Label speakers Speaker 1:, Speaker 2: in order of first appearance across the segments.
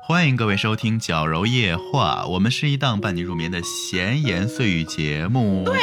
Speaker 1: 欢迎各位收听《矫揉夜话》，我们是一档伴你入眠的闲言碎语节目。
Speaker 2: 对，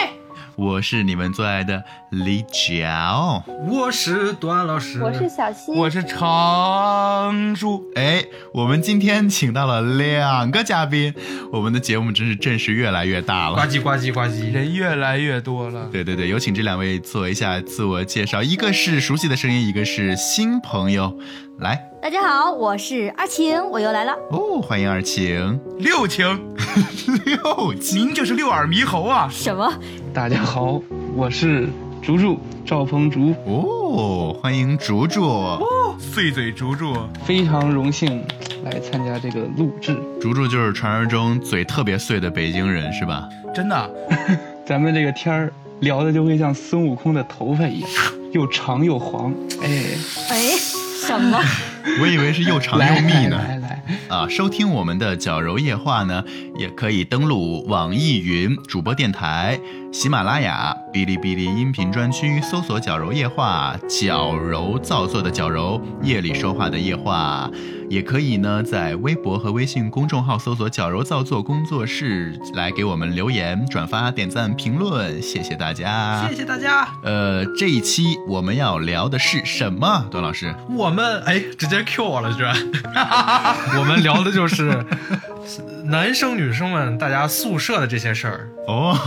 Speaker 1: 我是你们最爱的李角。
Speaker 3: 我是段老师，
Speaker 2: 我是小溪，
Speaker 4: 我是常叔，
Speaker 1: 哎，我们今天请到了两个嘉宾，我们的节目真是阵势越来越大
Speaker 3: 呱
Speaker 1: 了。
Speaker 3: 唧呱唧呱唧。
Speaker 4: 人越来越多了。
Speaker 1: 对对对，有请这两位做一下自我介绍，一个是熟悉的声音，一个是新朋友。来，
Speaker 5: 大家好，我是阿晴，我又来了。
Speaker 1: 哦，欢迎二晴
Speaker 4: 六情，
Speaker 1: 六七。
Speaker 4: 您这是六耳猕猴啊！
Speaker 5: 什么？
Speaker 6: 大家好，我是竹竹赵鹏竹，
Speaker 1: 哦，欢迎竹竹。
Speaker 4: 碎嘴竹竹，
Speaker 6: 非常荣幸来参加这个录制。
Speaker 1: 竹竹就是传说中嘴特别碎的北京人，是吧？
Speaker 4: 真的，
Speaker 6: 咱们这个天儿聊的就会像孙悟空的头发一样，又长 又黄。哎，
Speaker 5: 哎，什么？
Speaker 1: 我以为是又长
Speaker 6: 来
Speaker 1: 又密
Speaker 6: 来
Speaker 1: 呢。
Speaker 6: 来来，
Speaker 1: 啊，收听我们的矫揉夜话呢，也可以登录网易云主播电台、喜马拉雅、哔哩哔哩音频专区，搜索“矫揉夜话”，矫揉造作的矫揉，夜里说话的夜话。也可以呢，在微博和微信公众号搜索“矫揉造作工作室”，来给我们留言、转发、点赞、评论，谢谢大家。
Speaker 3: 谢谢大家，
Speaker 1: 呃，这一期我们要聊的是什么？段老师，
Speaker 3: 我们哎，直接 Q 我了，居然。 我们聊的就是 男生女生们大家宿舍的这些事儿。
Speaker 1: 哦，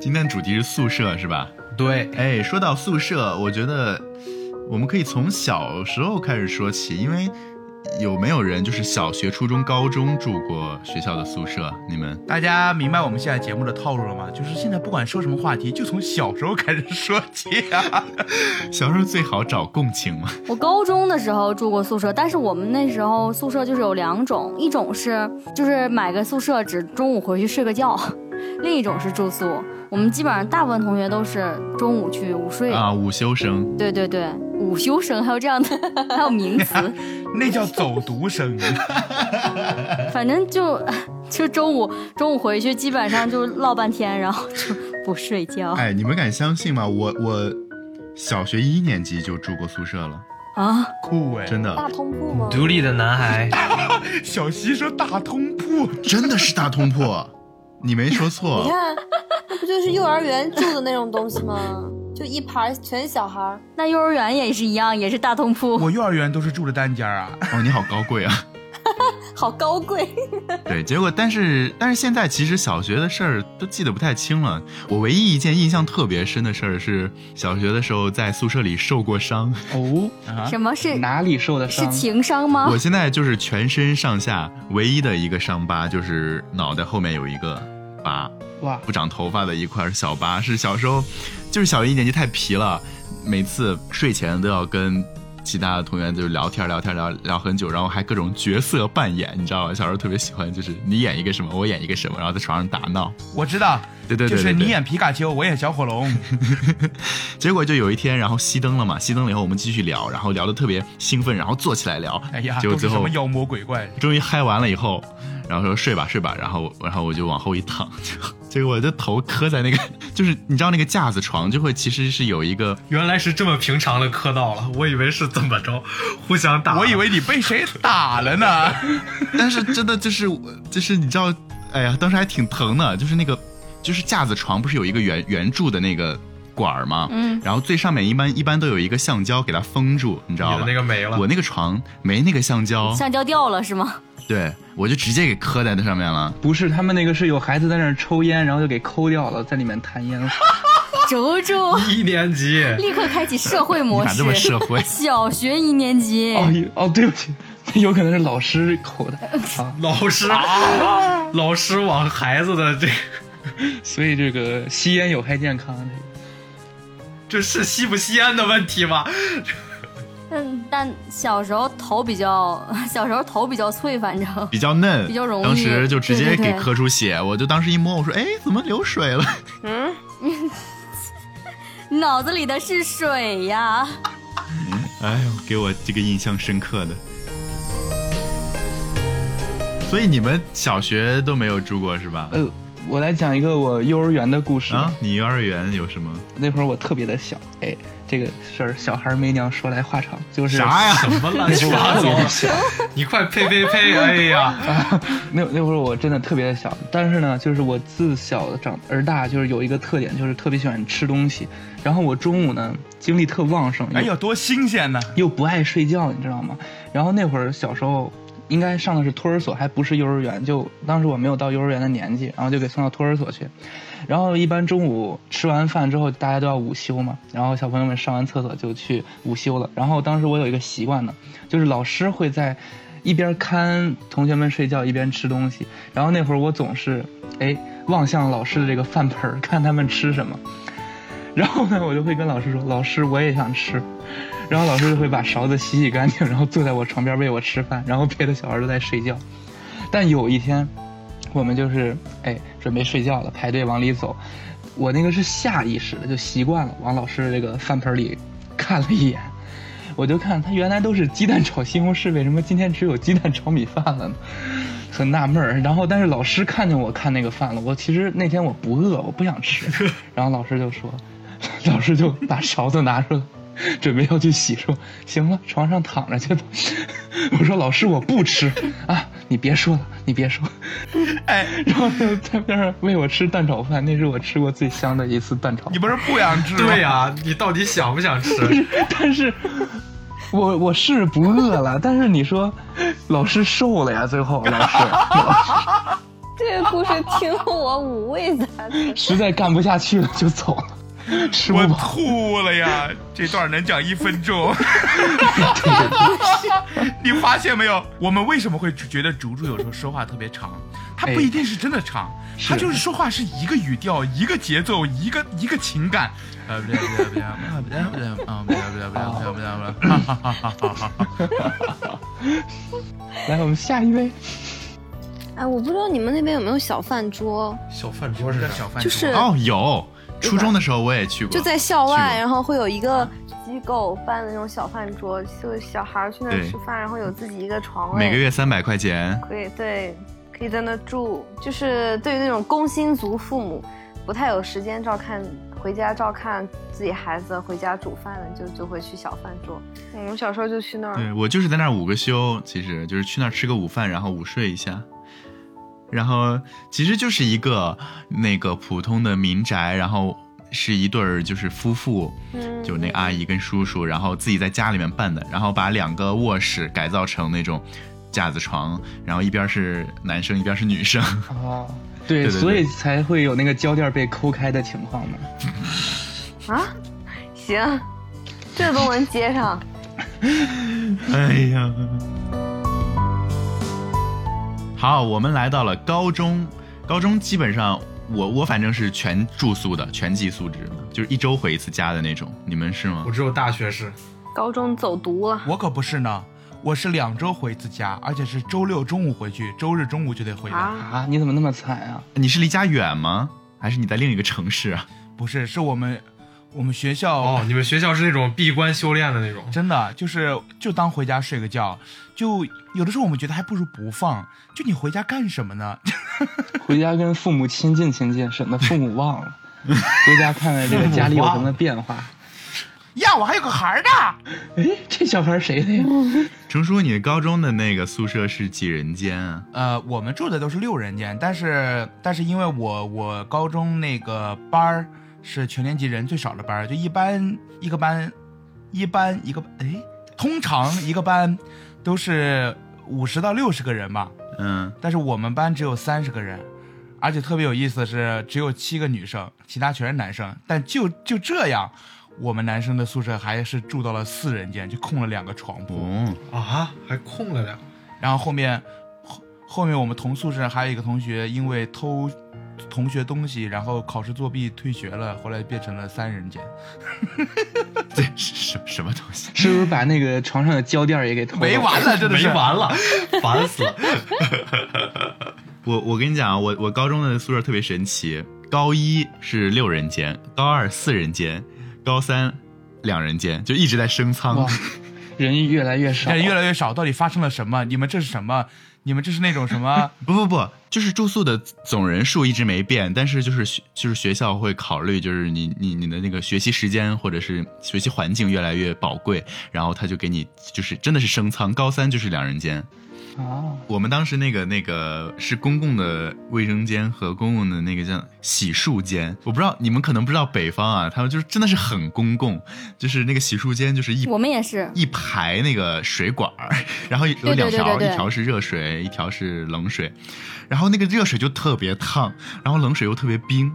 Speaker 1: 今天主题是宿舍是吧？
Speaker 3: 对，
Speaker 1: 哎，说到宿舍，我觉得我们可以从小时候开始说起，因为有没有人就是小学、初中、高中住过学校的宿舍？你们
Speaker 4: 大家明白我们现在节目的套路了吗？就是现在不管说什么话题，就从小时候开始说起啊。
Speaker 1: 小时候最好找共情嘛？
Speaker 5: 我高中的时候住过宿舍，但是我们那时候宿舍就是有两种，一种是就是买个宿舍只中午回去睡个觉， 另一种是住宿。我们基本上大部分同学都是中午去午睡。
Speaker 1: 啊，午休生，
Speaker 5: 对对对，午休生还有这样的， 还有 名词，
Speaker 4: 那叫走读生，
Speaker 5: 反正就 就中午中午回去基本上就唠半天，然后就不睡觉
Speaker 7: 哦
Speaker 1: 哎，你们敢相信吗？我我小学一年级就住过宿舍了，
Speaker 5: 啊。
Speaker 4: 酷哎！
Speaker 1: 真的，
Speaker 7: 哦
Speaker 5: 大通铺吗？
Speaker 3: 独立的男孩，
Speaker 4: 小西说大通铺，
Speaker 1: 真的是大通铺，你没说错。
Speaker 7: 你看，那不就是幼儿园住的那种东西吗？就一排全小孩儿，
Speaker 5: 那幼儿园也是一样，也是大通铺。
Speaker 4: 我幼儿园都是住的单间啊。
Speaker 1: 哦，你好高贵啊！
Speaker 7: 好高贵。
Speaker 1: 对，结果但是但是现在其实小学的事儿都记得不太清了。我唯一一件印象特别深的事儿是小学的时候在宿舍里受过伤，
Speaker 6: 哦，
Speaker 4: 啊，
Speaker 5: 什么是
Speaker 6: 哪里受的
Speaker 5: 是
Speaker 6: 伤？
Speaker 5: 情商吗
Speaker 1: 我？现在就是全身上下唯一的一个伤疤就是脑袋后面有一个疤，
Speaker 6: 哇，
Speaker 1: 不长头发的一块小疤，是小时候就是小学一年级太皮了，每次睡前都要跟。其他的同学就是聊天聊天聊聊很久，然后还各种角色扮演，你知道吗？小时候特别喜欢，就是你演一个什么，我演一个什么，然后在床上打闹。
Speaker 4: 我知道，
Speaker 1: 对对对对
Speaker 4: 就是你
Speaker 1: 对
Speaker 4: 演皮卡丘，我演小火 龙。
Speaker 1: 结果就有一天，然后熄灯了嘛，熄灯了以后我们继续聊，然后聊得特别兴奋，然后坐起来聊，
Speaker 4: 哎呀，
Speaker 1: 结
Speaker 4: 都
Speaker 1: 果
Speaker 4: 是
Speaker 1: 最
Speaker 4: 什
Speaker 1: 后
Speaker 4: 么妖魔鬼怪？
Speaker 1: 终于嗨完了以后，然后说睡吧睡吧，然后然后我就往后一躺， 结果我的头磕在那个， 就是你知道那个架子床就会其实是有一个，
Speaker 3: 原来是这么平常的磕到了，我以为是怎么着，互相打。
Speaker 4: 我以为你被谁打了呢？
Speaker 1: 但是真的就是就是你知道，哎呀，当时还挺疼的，就是那个就是架子床不是有一个圆圆柱的那个管儿吗？
Speaker 5: 嗯，
Speaker 1: 然后最上面一般一般都有一个橡胶给它封住，你知道
Speaker 3: 你
Speaker 1: 吧
Speaker 3: 的？那个没了，
Speaker 1: 我那个床没那个橡胶，
Speaker 5: 橡胶掉了是 吗？
Speaker 1: 对，我就直接给磕在那上面了。
Speaker 6: 不是，他们那个是有孩子在那儿抽烟，然后就给抠掉了，在里面弹烟花。
Speaker 5: 竹竹
Speaker 3: 一年级，
Speaker 5: 立刻开启社会
Speaker 1: 你
Speaker 5: 模
Speaker 1: 咋这么
Speaker 5: 式，？
Speaker 1: 社会
Speaker 5: 小学一年级，
Speaker 6: 哦有哦，对不起，有可能是老师抠的啊，
Speaker 3: 老师，老师往孩子的这
Speaker 6: 所以这个吸烟有害健康。
Speaker 3: 这是吸不吸烟的问题吗？
Speaker 5: 嗯，但小时候头比较，小时候头比较脆，反正
Speaker 1: 比较嫩，
Speaker 5: 比较容易
Speaker 1: 当时就直接
Speaker 5: 对对
Speaker 1: 给
Speaker 5: 对
Speaker 1: 磕出血，我就当时一摸，我说：“哎，怎么流水了
Speaker 7: 嗯，
Speaker 5: 脑子里的是水呀。？”
Speaker 1: 哎呦，给我这个印象深刻的。所以你们小学都没有住过是吧？
Speaker 6: 呃，我来讲一个我幼儿园的故事吧
Speaker 1: 啊，你幼儿园有什么
Speaker 6: 那会儿我特别的小，哎，这个事儿小孩没娘，说来话长，就是
Speaker 1: 啥呀？
Speaker 3: 什 么乱
Speaker 6: 那
Speaker 3: 七
Speaker 6: 会儿
Speaker 3: 八
Speaker 6: 我
Speaker 3: 糟
Speaker 6: 特别
Speaker 3: 的
Speaker 6: 的小，
Speaker 3: 你快呸呸呸！哎呀，
Speaker 6: 那那会儿我真的特别的小，但是呢，就是我自小长而大，就是有一个特点，就是特别喜欢吃东西，然后我中午呢精力特旺盛，
Speaker 4: 哎呦，多新鲜呐！
Speaker 6: 又不爱睡觉，你知道吗？然后那会儿小时候应该上的是托儿所，还不是幼儿园，就当时我没有到幼儿园的年纪，然后就给送到托儿所去。然后一般中午吃完饭之后，大家都要午休嘛，然后小朋友们上完厕所就去午休了。然后当时我有一个习惯呢，就是老师会在一边看同学们睡觉，一边吃东西。然后那会儿我总是哎望向老师的这个饭盆儿，看他们吃什么。 然后呢，我就会跟老师说：“老师，我也想吃。”然后老师就会把勺子洗洗干净，然后坐在我床边喂我吃饭，然后别的小孩都在睡觉。但有一天，我们就是哎准备睡觉了，排队往里走，我那个是下意识的就习惯了，往老师这个饭盆里看了一眼，我就看他原来都是鸡蛋炒西红柿，为什么今天只有鸡蛋炒米饭了呢？很纳闷儿。然后但是老师看见我看那个饭了，我其实那天我不饿，我不想吃。然后老师就说， 老师就把勺子拿出来。准备要去洗，说行了，床上躺着去吧。 我说老师，我不吃啊！你别说了，你别说。
Speaker 4: 哎，
Speaker 6: 然后就在边上喂我吃蛋炒饭，那是我吃过最香的一次蛋炒
Speaker 4: 你。不是不想吃吗？
Speaker 3: 对呀、你到底想不想吃？
Speaker 6: 但是，我我是不饿 了，但是你说，老师瘦了呀，最后老师
Speaker 7: 这个故事听得我五味杂 陈。
Speaker 6: 实在干不下去了就走了，吃不
Speaker 4: 我
Speaker 6: 饱。
Speaker 4: 吐 了呀！这段能讲一分钟。你发现没有？我们为什么会觉得竹竹有时候说话特别长？他不一定是真的长，
Speaker 3: 哎
Speaker 4: 他
Speaker 6: 是
Speaker 4: 就是说话是一个语调、一个节奏、一个一个情感。呃，不对不对不对不对不对啊不对不对不对不对不对不对啊哈哈哈哈哈哈。
Speaker 6: 来，我们下一位，
Speaker 7: 哎，我不知道你们那边有没有小饭桌，
Speaker 3: 小饭桌是
Speaker 4: 这
Speaker 3: 啥？
Speaker 4: 小饭
Speaker 7: 就是
Speaker 1: 哦，有初中的时候我也去过，
Speaker 7: 就在校
Speaker 1: 去
Speaker 7: 外，
Speaker 1: 过
Speaker 7: 然后会有一个机构办的那种小饭桌，就是小孩儿去那儿
Speaker 1: 对
Speaker 7: 吃饭，然后有自己一个床位，
Speaker 1: 每个月三百块钱，
Speaker 7: 可以对，可以在那住。就是对于那种工薪族父母，不太有时间照看回家照看自己孩子回家煮饭的，就就会去小饭桌。嗯我们小时候就去那
Speaker 1: 对
Speaker 7: 儿，
Speaker 1: 我就是在那儿午个休，其实就是去那儿吃个午饭，然后午睡一下，然后其实就是一个那个普通的民宅，然后是一对儿就是夫妇，
Speaker 7: 嗯，
Speaker 1: 就那阿姨跟叔叔，然后自己在家里面办的，然后把两个卧室改造成那种架子床，然后一边是男生一边是女生，
Speaker 6: 啊，
Speaker 1: 对
Speaker 6: 对，
Speaker 1: 对对
Speaker 6: 所以才会有那个胶垫被抠开的情况嘛。
Speaker 7: 啊，行，这都能接上。
Speaker 1: 哎呀。好，我们来到了高中。高中基本上我我反正是全住宿的，全寄宿制的，就是一周回一次家的那种。你们是吗
Speaker 3: 我？只有大学是，
Speaker 7: 高中走读了，
Speaker 4: 我可不是呢，我是两周回一次家，而且是周六中午回去，周日中午就得回来。
Speaker 7: 啊
Speaker 6: 啊，你怎么那么惨 啊？
Speaker 1: 你是离家远吗？还是你在另一个城市啊？
Speaker 4: 不是，是我们我们学校
Speaker 3: 哦，你们学校是那种闭关修炼的那种，
Speaker 4: 真的就是就当回家睡个觉，就有的时候我们觉得还不如不放。就你回家干什么呢？
Speaker 6: 回家跟父母亲近亲近，省得父 母忘了。回家看看这个家里有什么变化。
Speaker 4: 呀，我还有个孩儿呢。
Speaker 6: 哎，这小孩谁的呀？
Speaker 1: 程叔，你高中的那个宿舍是几人间啊？
Speaker 4: 呃，我们住的都是六人间，但是但是因为我我高中那个班儿是全年级人最少的班儿，就一般一个班，一般一个哎，通常一个班都是五十到六十个人吧，
Speaker 1: 嗯，
Speaker 4: 但是我们班只有三十个人，而且特别有意思的是，只有七个女生，其他全是男生。但就就这样，我们男生的宿舍还是住到了四人间，就空了两个床铺。
Speaker 1: 哦，
Speaker 3: 啊，还空了两个。
Speaker 4: 然后后面后后面我们同宿舍还有一个同学因为偷同学东西，然后考试作弊退学了，后来变成了三人间。
Speaker 1: 这是什什么东西？
Speaker 6: 是不是把那个床上的胶垫儿也给偷了？
Speaker 4: 没完了，真的
Speaker 3: 没
Speaker 4: 是
Speaker 3: 完了，烦死了！
Speaker 1: 我我跟你讲啊，我我高中的宿舍特别神奇，高一是六人间，高二四人间，高三两人间，就一直在升
Speaker 6: 哇
Speaker 1: 舱。，
Speaker 6: 人越来越少，
Speaker 4: 人越来越少，到底发生了什么？你们这是什么？你们这是那种什么？
Speaker 1: 不不不，就是住宿的总人数一直没变，但是就是学就是学校会考虑，就是你你你的那个学习时间或者是学习环境越来越宝贵，然后他就给你就是真的是升舱，高三就是两人间。
Speaker 6: 啊，
Speaker 1: 我们当时那个那个是公共的卫生间和公共的那个叫洗漱间，我不知道你们可能不知道北方啊，他们就是真的是很公共，就是那个洗漱间就是一
Speaker 5: 我们也是，
Speaker 1: 一排那个水管儿， 然后有
Speaker 5: 对对
Speaker 1: 两条，
Speaker 5: 对对对
Speaker 1: 一条是热水，一条是冷水，然后那个热水就特别烫，然后冷水又特别冰。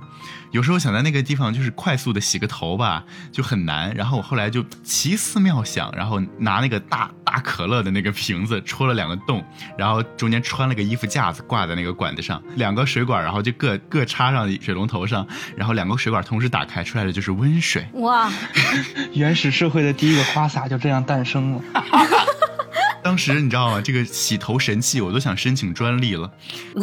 Speaker 1: 有时候想在那个地方就是快速的洗个头吧，就很难。然后我后来就奇思妙想，然后拿那个大大可乐的那个瓶子戳了两个洞，然后中间穿了个衣服架子挂在那个管子上，两个水管，然后就各各插上水龙头上，然后两个水管同时打开，出来的就是温水。
Speaker 5: 哇，
Speaker 6: 原始社会的第一个花洒就这样诞生了。
Speaker 1: 当时你知道吗？这个洗头神器我都想申请专利了，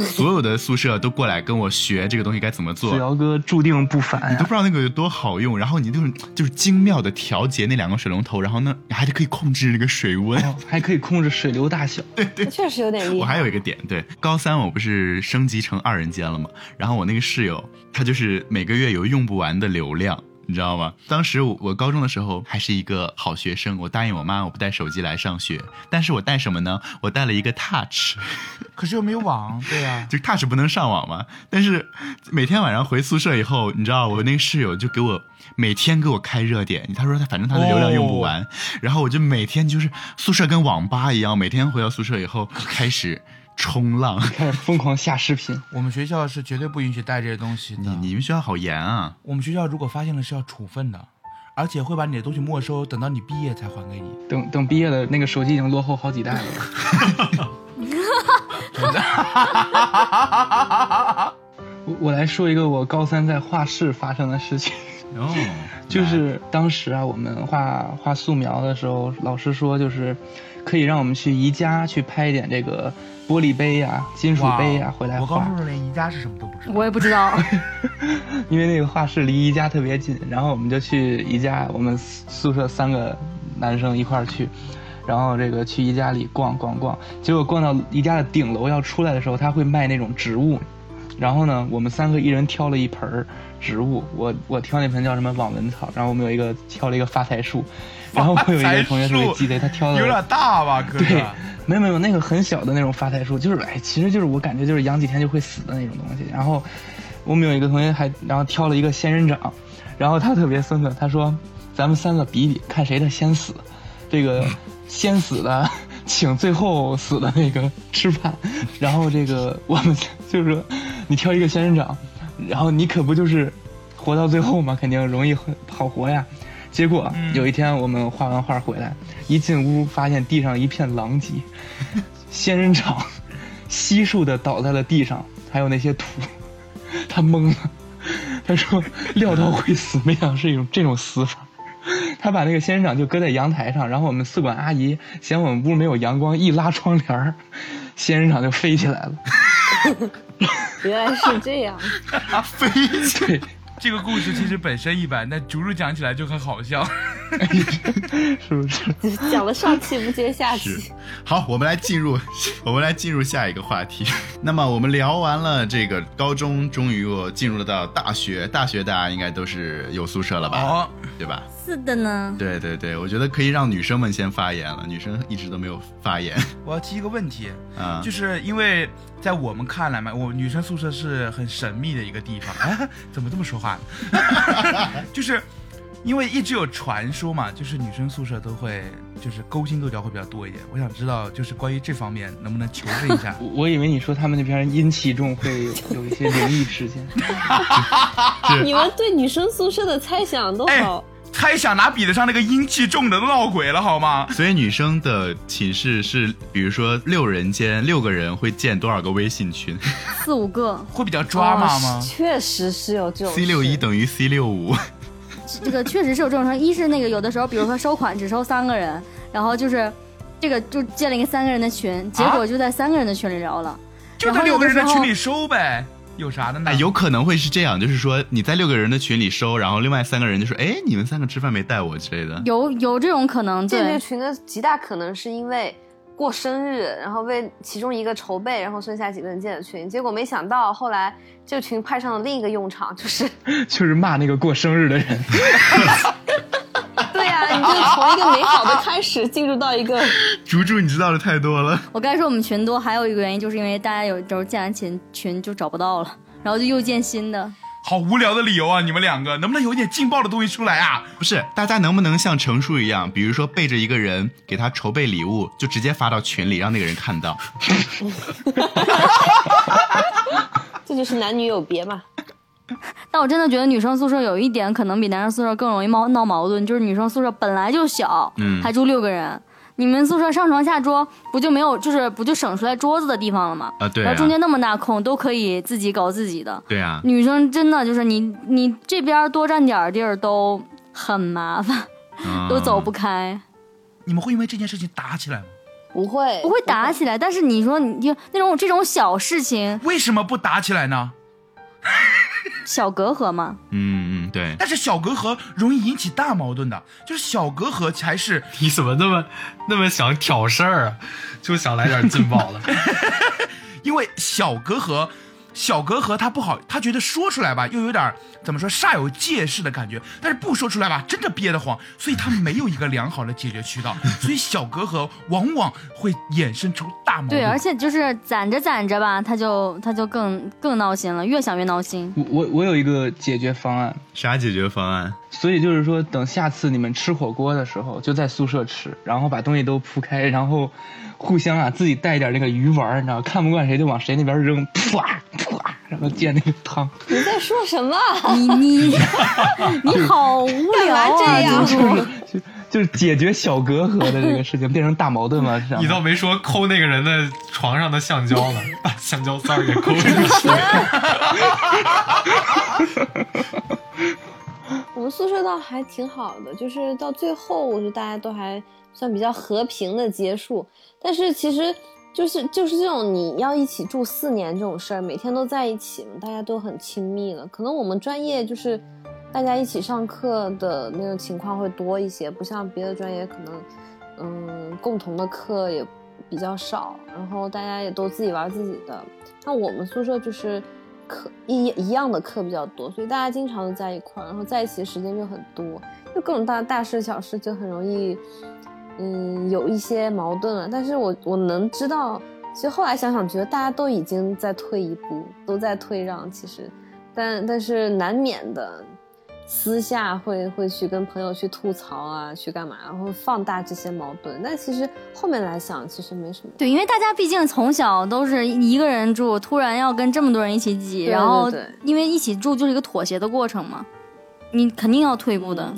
Speaker 1: 所有的宿舍都过来跟我学这个东西该怎么做
Speaker 6: 子，尧哥注定不凡啊
Speaker 1: 你都
Speaker 6: 呀
Speaker 1: 不、知道那个有多好用。然后你就是就是精妙的调节那两个水龙头，然后呢你还得可以控制那个水温。
Speaker 6: 哦还可以控制水流大小。
Speaker 7: 确实有点厉
Speaker 1: 我
Speaker 7: 害。
Speaker 1: 还有一个点，对，高三我不是升级成二人间了吗？然后我那个室友，他就是每个月有用不完的流量。你知道吗？当时我我高中的时候还是一个好学生，我答应我妈我不带手机来上学，但是我带什么呢？我带了一个 Touch，
Speaker 4: 可是又没有网，对呀、
Speaker 1: 就 Touch 不能上网嘛。但是每天晚上回宿舍以后，你知道我那个室友就给我每天给我开热点，他说他反正他的流量用不
Speaker 6: 哦
Speaker 1: 完，然后我就每天就是宿舍跟网吧一样，每天回到宿舍以后开始冲 浪。
Speaker 6: 开始疯狂下视频，
Speaker 4: 我们学校是绝对不允许带这些东西的。
Speaker 1: 你你们学校好严 啊！
Speaker 4: 我们学校如果发现了是要处分的，而且会把你的东西没收，等到你毕业才还给你。
Speaker 6: 等等毕业了，那个手机已经落后好几代了。我我来说一个我高三在画室发生的事情。
Speaker 1: 哦，
Speaker 6: 就是当时啊，我们画画素描的时候，老师说就是可以让我们去宜家去拍一点这个玻璃杯呀、金属杯呀、回来
Speaker 4: 哦我高
Speaker 6: 画
Speaker 4: 中，时候连宜家是什么都不知道。
Speaker 5: 我也不知道，
Speaker 6: 因为那个画室离宜家特别近，然后我们就去宜家，我们宿宿舍三个男生一块儿去。然后这个去宜家里逛逛逛，结果逛到宜家的顶楼要出来的时候，他会卖那种植物，然后呢，我们三个一人挑了一盆儿植物，我我挑那盆叫什么网纹草，然后我们有一个挑了一个发财树，然后我有一个同学特别鸡贼，他挑的
Speaker 4: 哎有点大吧，哥
Speaker 6: 对
Speaker 4: 哥。，
Speaker 6: 没有没有那个很小的那种发财树，就是哎，其实就是我感觉就是养几天就会死的那种东西。然后我们有一个同学还然后挑了一个仙人掌，然后他特别孙子，他说咱们三个比一比，看谁的先死，这个先死的 请最后死的那个吃饭。 然后这个我们就是说你挑一个仙人掌，然后你可不就是活到最后嘛，肯定容易好活呀。结果有一天我们画完画回来，一进屋发现地上一片狼藉，仙人掌 悉数的倒在了地上，还有那些土，他懵了， 他说料到会死，没想到是一种这种死法。 他把那个仙人掌就搁在阳台上，然后我们宿管阿姨嫌我们屋没有阳光，一拉窗帘儿， 仙人掌就飞起来了。
Speaker 7: 原来是这样，
Speaker 6: 对，
Speaker 4: 这个故事其实本身一般，但竹竹讲起来就很好笑。
Speaker 6: 是不是？？
Speaker 7: 讲了上气不接下气
Speaker 1: 是。啊好，我们来进入， 我们来进入下一个话题。 那么我们聊完了这个高中，终于我进入到大学。大学大家应该都是有宿舍了吧？
Speaker 4: 哦，
Speaker 1: 对吧？
Speaker 5: 是的呢。
Speaker 1: 对对对，我觉得可以让女生们先发言了，女生一直都没有发言
Speaker 4: 我要提一个问题，
Speaker 1: 啊。
Speaker 4: 就是因为在我们看来嘛，我女生宿舍是很神秘的一个地方。哎，怎么这么说话呢？ 就是因为一直有传说嘛，就是女生宿舍都会就是勾心斗角会比较多一点。我想知道，就是关于这方面能不能求 证一下
Speaker 6: 我以为你说他们那边阴气重，会有有一些灵异事件。
Speaker 7: 你们对女生宿舍的猜想都
Speaker 4: 哎
Speaker 7: 好，
Speaker 4: 猜想哪比得上那个阴气重的闹鬼了好吗？
Speaker 1: 所以女生的寝室是，比如说六人间，六个人会建多少个微信群
Speaker 5: 四五个，
Speaker 4: 会比较抓马
Speaker 7: 哦
Speaker 4: 吗？
Speaker 7: 确实是有这种
Speaker 1: ？C 六一
Speaker 7: 事
Speaker 1: 等于 C 六五，
Speaker 5: 这个确实是有这种情况。一是那个有的时候，比如说收款只收三个人，然后就是这个就建了一个三个人的群，结
Speaker 1: 啊
Speaker 5: 果就在三个人的群里聊了。
Speaker 4: 就那
Speaker 5: 然后
Speaker 4: 六
Speaker 5: 有
Speaker 4: 个
Speaker 5: 的
Speaker 4: 人
Speaker 5: 时
Speaker 4: 在
Speaker 5: 候
Speaker 4: 群里收呗，有啥的呢？
Speaker 1: 哎，有可能会是这样，就是说你在六个人的群里收，然后另外三个人就说，哎，你们三个吃饭没带我之类的。
Speaker 5: 有有这种可能，
Speaker 7: 建这
Speaker 5: 对
Speaker 7: 群的极大可能是因为过生日，然后为其中一个筹备，然后剩下几个人建的群。结果没想到后来这个群派上了另一个用场，就是
Speaker 6: 就是骂那个过生日的人。
Speaker 7: 对呀、你就 从一个美好的开始进入到一个
Speaker 1: 竹竹，你知道的太多了。
Speaker 5: 我刚才说我们群多，还有一个原因就是因为大家有时候建完群群就找不到了，然后就又建新的。
Speaker 4: 好无聊的理由啊！你们两个能不能有一点劲爆的东西出来啊？
Speaker 1: 不是，大家能不能像程叔一样，比如说背着一个人给他筹备礼物，就直接发到群里，让那个人看到？
Speaker 7: 这就是男女有别嘛。
Speaker 5: 但我真的觉得女生宿舍有一点可能比男生宿舍更容易闹闹矛盾，就是女生宿舍本来就小，
Speaker 1: 嗯
Speaker 5: 还住六个人，你们宿舍上床下桌不就没有，就是不就省出来桌子的地方了吗？
Speaker 1: 啊，对
Speaker 5: 然
Speaker 1: 啊
Speaker 5: 后，中间那么大空都可以自己搞自己的，
Speaker 1: 对啊，
Speaker 5: 女生真的就是你你这边多占点儿地儿都很麻烦，
Speaker 1: 嗯
Speaker 5: 都走不。开，
Speaker 4: 你们会因为这件事情打起来吗？
Speaker 7: 不会，
Speaker 5: 不会打起来。但是你说你就那种这种小事情、
Speaker 4: 为什么不打起来呢？
Speaker 5: 小隔阂嘛，
Speaker 1: 嗯嗯，对，
Speaker 4: 但是小隔阂容易引起大矛盾的，就是小隔阂才是
Speaker 3: 你怎么那么那么想挑事儿啊？就想来点劲爆的。
Speaker 4: 因为小隔阂，小隔阂他不好，他觉得说出来吧，又有点儿怎么说煞有介事的感觉，但是不说出来吧，真的憋得慌，所以他没有一个良好的解决渠道， 所以小隔阂往往会衍生出大矛盾。
Speaker 5: 对，而且就是攒着攒着吧，他就他就更更闹心了，越想越闹心。
Speaker 6: 我我我有一个解决方案，
Speaker 1: 啥解决方案？
Speaker 6: 所以就是说，等下次你们吃火锅的时候，就在宿舍吃，然后把东西都铺开，然后互相啊自己带一点那个鱼丸儿，你知道，看不惯谁就往谁那边扔，啪啪，然后溅那个 汤，
Speaker 7: 你在说什么？
Speaker 5: 你你你好无聊
Speaker 7: 干嘛这
Speaker 5: 啊！
Speaker 7: 样
Speaker 5: 就是
Speaker 6: 就就是解决小隔阂的这个事情，变成大矛盾嘛，是吧？
Speaker 3: 你倒没说抠那个人的床上的橡胶呢，把橡胶塞儿给抠进去。
Speaker 7: 我们宿舍倒还挺好的，就是到最后，我觉得大家都还算比较和平的结束。但是其实就是就是这种你要一起住四年这种事儿，每天都在一起嘛，大家都很亲密了。可能我们专业就是大家一起上课的那种情况会多一些，不像别的专业可能，嗯，共同的课也比较少，然后大家也都自己玩自己的。那我们宿舍就是课一一样的课比较多，所以大家经常都在一块儿，然后在一起的时间就很多，就各种大大事小事就很容易，嗯，有一些矛盾了。但是我我能知道，其实后来想想，觉得大家都已经在退一步，都在退让，其实，但但是难免的。私下会会去跟朋友去吐槽啊，去干嘛，然后放大这些矛盾。但其实后面来想，其实没什么。
Speaker 5: 对，因为大家毕竟从小都是一个人住，突然要跟这么多人一起挤，
Speaker 7: 对
Speaker 5: 然后
Speaker 7: 对对
Speaker 5: 因为一起住就是一个妥协的过程嘛，你肯定要退步的。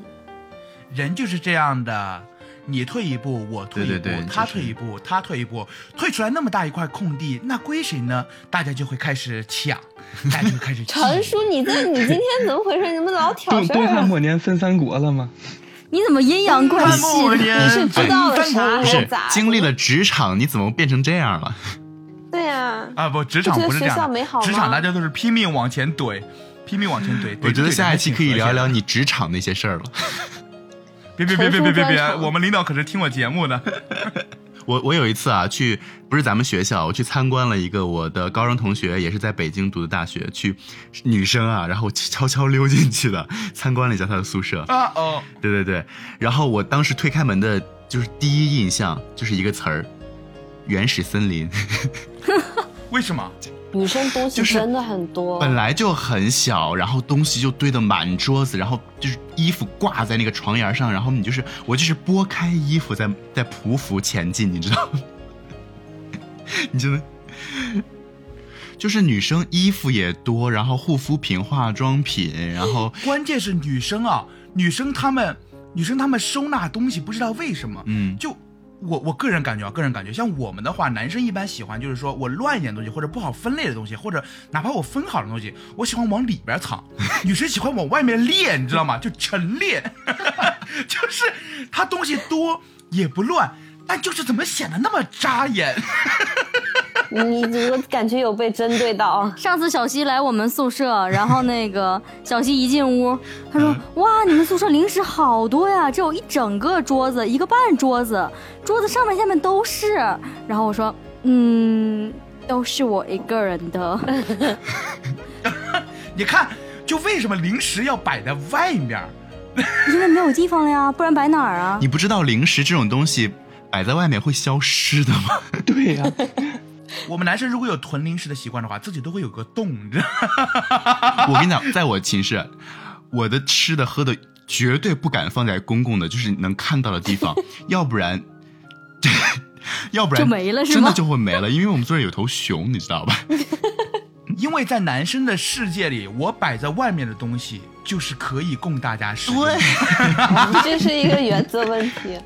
Speaker 4: 人就是这样的，你退一步，我退一步，
Speaker 1: 对对对
Speaker 4: 他
Speaker 1: 就是
Speaker 4: 退一步，他退一步，退出来那么大一块空地，那归谁呢？大家就会开始抢，大家 就开始
Speaker 7: 陈叔，你这你今 天怎么回事？你怎么老挑
Speaker 6: 东
Speaker 7: 事
Speaker 6: 东
Speaker 7: 儿
Speaker 6: 汉
Speaker 7: 啊？
Speaker 6: 末年分三国了吗？
Speaker 5: 你怎么阴阳怪
Speaker 1: 汉
Speaker 5: 气？。
Speaker 1: 末
Speaker 7: 你是
Speaker 1: 年
Speaker 7: 知道了啥
Speaker 1: 不
Speaker 7: 还
Speaker 1: 是
Speaker 7: 咋？
Speaker 1: 经历了职场，你怎么变成这样了？
Speaker 7: 对呀、
Speaker 4: 啊不，职场
Speaker 7: 觉得
Speaker 4: 不是这
Speaker 7: 学
Speaker 4: 样
Speaker 7: 校
Speaker 4: 的
Speaker 7: 没好
Speaker 4: 职场
Speaker 7: 吗
Speaker 4: 大家都是拼命往前怼，拼命往前怼。怼
Speaker 1: 我觉得
Speaker 4: 怼
Speaker 1: 下一期可以聊一聊
Speaker 4: 你。
Speaker 1: 你职场那些事儿了。
Speaker 4: 别别别别别别
Speaker 7: 陈述
Speaker 4: 别
Speaker 7: 专，场
Speaker 4: 我们领导可是听我节目的。
Speaker 1: 我我有一次啊，去不是咱们学校，我去参观了一个我的高中同学，也是在北京读的大学，去女生啊，然后我悄悄溜进去的，参观了一下她的宿 舍。
Speaker 4: 啊哦，
Speaker 1: 对对对，然后我当时推开门的就是第一印象就是一个词儿，原始森林。
Speaker 4: 为什么？
Speaker 7: 女生东西
Speaker 1: 就是
Speaker 7: 真的很多。
Speaker 1: 本来就很小，然后东西就堆得满桌子，然后就是衣服挂在那个床沿上，然后你就是我就是拨开衣服在在匍匐前进，你知道吗？ 你真的。就是女生衣服也多，然后护肤品、化妆品，然后
Speaker 4: 关键是女生啊，女生她们，女生她们收纳东西不知道为什么，
Speaker 1: 嗯，
Speaker 4: 就我我个人感觉啊，个人感觉，像我们的话，男生一般喜欢就是说我乱一点东西，或者不好分类的东西，或者哪怕我分好的东西，我喜欢往里边藏，女生喜欢往外面列，你知道吗？就陈列， 就是她东西多也不乱，但就是怎么显得那么扎眼。
Speaker 7: 你我感觉有被针对到
Speaker 5: 上次小西来我们宿舍，然后那个 小西一进屋，他说：“
Speaker 1: 嗯
Speaker 5: 哇，你们宿舍零食好多呀，这有一整个桌子，一个半桌子，桌子上面下面都是。”然后我说：“嗯，都是我一个人的。
Speaker 4: 你看，就为什么零食要摆在外面儿？”
Speaker 5: 因为没有地方了呀，不然摆哪儿啊？
Speaker 1: 你不知道零食这种东西摆在外面会消失的吗？
Speaker 6: 对呀、
Speaker 4: 我们男生如果有囤零食的习惯的话，自己都会有个洞，你知道吗？
Speaker 1: 我跟你讲，在我寝室，我的吃的喝的绝对不敢放在公共的，就是能看到的地方，要不然，要不然
Speaker 5: 就没了是吗
Speaker 1: 真的就会没了，因为我们宿舍有头熊，你知道吧？
Speaker 4: 因为在男生的世界里，我摆在外面的东西就是可以供大家使用。对，
Speaker 7: 这是一个原则问题。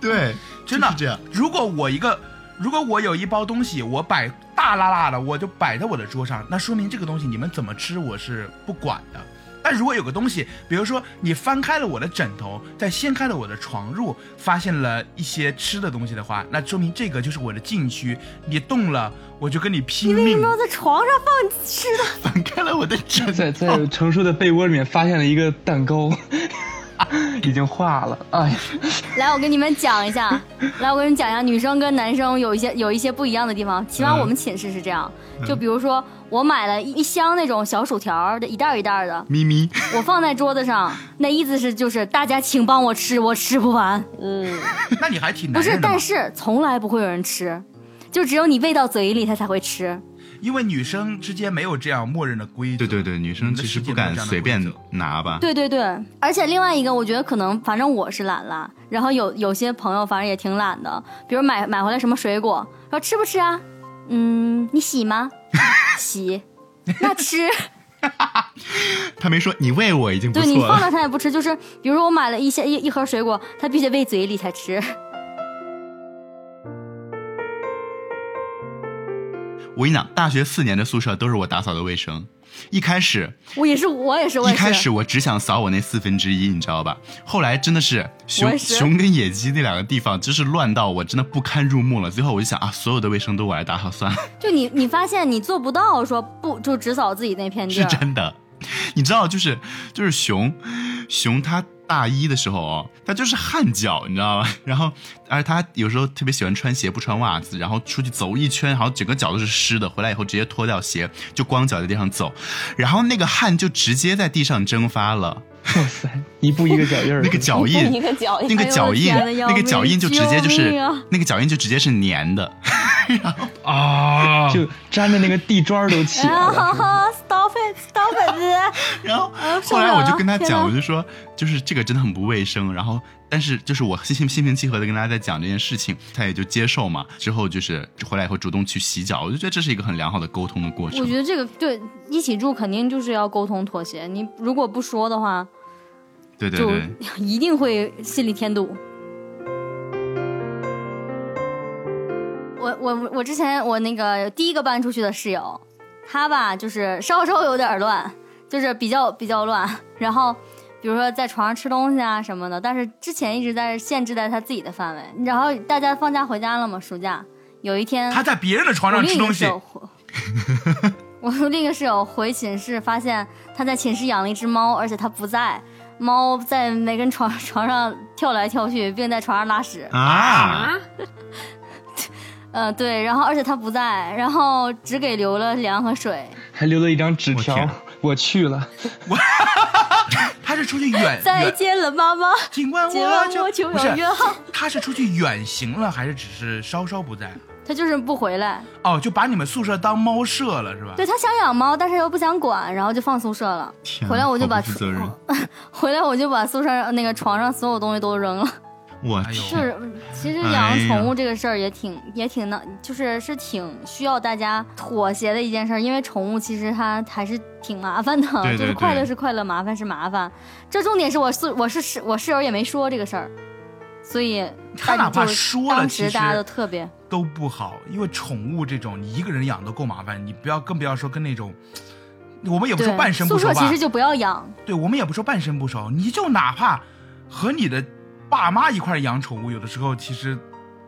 Speaker 1: 对，
Speaker 4: 真的
Speaker 1: 就是这样。
Speaker 4: 如果我一个，如果我有一包东西，我摆大拉拉的，我就摆在我的桌上，那说明这个东西你们怎么吃我是不管的。但如果有个东西，比如说你翻开了我的枕头，再掀开了我的床褥，发现了一些吃的东西的话，那说明这个就是我的禁区，你动了我就跟你拼
Speaker 5: 为什
Speaker 4: 命
Speaker 5: 么。要在床上放吃的？
Speaker 1: 翻开了我的枕
Speaker 6: 在在程叔的被窝里面发现了一个蛋糕，已经化了。哎 呀，
Speaker 5: 来，我跟你们讲一下，来，我跟你们讲一下，女生跟男生有一些有一些不一样的地方。起码我们寝室是这样，就比如说我买了一一箱那种小薯条儿，一袋儿一袋 儿的，
Speaker 1: 咪咪，
Speaker 5: 我放在桌子上，那意思是就是大家请帮我吃，我吃不完。
Speaker 7: 嗯，
Speaker 4: 那你还挺
Speaker 5: 不
Speaker 4: 男
Speaker 5: 是，
Speaker 4: 哎人的 嘛
Speaker 5: 但是从来不会有人吃，就只有你喂到嘴里，他才会吃。
Speaker 4: 因为女生之间没有这样默认的规则。
Speaker 1: 对对对，女生其实不敢随便拿吧。
Speaker 5: 对对对，而且另外一个，我觉得可能反正我是懒啦，然后有有些朋友反正也挺懒的，比如买买回来什么水果，说吃不吃啊？嗯，你洗吗？ 洗，那吃。
Speaker 1: 他没说你喂我已经不
Speaker 5: 对你
Speaker 1: 错
Speaker 5: 放
Speaker 1: 了。
Speaker 5: 到他也不吃，就是比如说我买了一些一一盒水果，他必须得喂嘴里才吃。
Speaker 1: 我跟你讲，大学四年的宿舍都是我打扫的卫生。一开始
Speaker 5: 我也是，我也是，我
Speaker 1: 一
Speaker 5: 也
Speaker 1: 开
Speaker 5: 是
Speaker 1: 始。我只想扫我那四分之一，你知道吧？后来真的是
Speaker 5: 我
Speaker 1: 熊
Speaker 5: 也是
Speaker 1: 熊跟野鸡那两个地方，真是乱到我真的不堪入目了。最后我就想啊，所有的卫生都我来打扫算了，
Speaker 5: 就你你发现你做不到说不就只扫自己那片地
Speaker 1: 是
Speaker 5: 儿，
Speaker 1: 真的。你知道，就是就是熊，熊它大一的时候哦，它就是汗脚，你知道吧？ 然后而且它有时候特别喜欢穿鞋不穿袜子，然后出去走一圈，然后整个脚都是湿的，回来以后直接脱掉鞋，就光脚在地上走，然后那个汗就直接在地上蒸发了，
Speaker 6: 哇塞，一步一个脚印儿，
Speaker 1: 那个脚 印，
Speaker 7: 一个脚印
Speaker 1: 那个脚印，
Speaker 5: 哎呦我的天呐
Speaker 1: 那个脚印就直接就是
Speaker 5: 要命救命啊
Speaker 1: 那个脚印就直接是粘的，
Speaker 3: 啊，
Speaker 6: 就粘的那个地砖儿都起来
Speaker 5: 啊
Speaker 6: 了。
Speaker 5: 哈哈，stop it，stop it。
Speaker 1: 然后
Speaker 5: 哎呦
Speaker 1: 后
Speaker 5: 受不
Speaker 1: 来
Speaker 5: 了
Speaker 1: 我就跟他
Speaker 5: 天
Speaker 1: 讲，
Speaker 5: 哪
Speaker 1: 我就说就是这个真的很不卫生，然后但是就是我心心心平气和的跟大家在讲这件事情，他也就接受嘛。之后就是回来以后主动去洗脚，我就觉得这是一个很良好的沟通的过程
Speaker 5: 我。觉得这个对一起住肯定就是要沟通妥协，你如果不说的话，
Speaker 1: 对对
Speaker 5: 就
Speaker 1: 对，
Speaker 5: 一定会心里添堵。我我我之前我那个第一个搬出去的室友，他吧就是稍稍有点乱，就是比较比较乱。然后比如说在床上吃东西啊什么的，但是之前一直在限制在他自己的范围。然后大家放假回家了嘛，暑假有一天
Speaker 4: 他在别人的床
Speaker 5: 我
Speaker 4: 上
Speaker 5: 另
Speaker 4: 吃
Speaker 5: 一个
Speaker 4: 东
Speaker 5: 室
Speaker 4: 西，
Speaker 5: 友回，我 另一个室友回寝室，发现他在寝室养了一只猫，而且他不在，猫在每根床 床上跳来跳去，并在床上拉屎。
Speaker 1: 啊，
Speaker 5: 嗯、对，然后而且他不在，然后只给留了粮和水，
Speaker 6: 还留了一张纸
Speaker 1: 我天
Speaker 6: 条
Speaker 1: 啊，
Speaker 6: 我去了。
Speaker 4: 他是出去 远
Speaker 5: 再
Speaker 4: 远，
Speaker 5: 见了，妈妈。
Speaker 4: 尽管
Speaker 5: 今晚
Speaker 4: 啊就
Speaker 5: 我求
Speaker 4: 不是
Speaker 5: 有约好，
Speaker 4: 他是出去远行了，还是只是稍稍不在？
Speaker 5: 他就是不回来，
Speaker 4: 哦，就把你们宿舍当猫舍了是吧？
Speaker 5: 对他想养猫，但是又不想管，然后就放宿舍了。
Speaker 1: 天
Speaker 5: 回来我就
Speaker 1: 好
Speaker 5: 把
Speaker 1: 不负责任，
Speaker 5: 回来我就把宿舍那个床上所有东西都扔了。
Speaker 1: 我
Speaker 4: 哎
Speaker 5: 就
Speaker 4: 呦
Speaker 1: 天，
Speaker 5: 是，嗯其实
Speaker 1: 哎
Speaker 5: 养
Speaker 1: 呀
Speaker 5: 宠物这个事儿也挺、也挺那，就是是挺需要大家妥协的一件事儿，因为宠物其实它还是挺麻烦的，
Speaker 1: 对对
Speaker 5: 就是
Speaker 1: 对
Speaker 5: 快乐是快乐，麻烦是麻烦。这重点是我室我是室我室友也没说这个事儿，所以
Speaker 4: 他
Speaker 5: 大
Speaker 4: 哪怕
Speaker 5: 就
Speaker 4: 说了
Speaker 5: 当
Speaker 4: 其
Speaker 5: 时
Speaker 4: 实
Speaker 5: 大家都特别
Speaker 4: 都不好，因为宠物这种你一个人养都够麻烦，你不要更不要说跟那种，我们也不
Speaker 5: 对
Speaker 4: 说半生不
Speaker 5: 宿舍
Speaker 4: 熟吧，
Speaker 5: 其实就不要养，
Speaker 4: 对我们也不说半生不熟，你就哪怕和你的爸妈一块儿养宠物，有的时候其实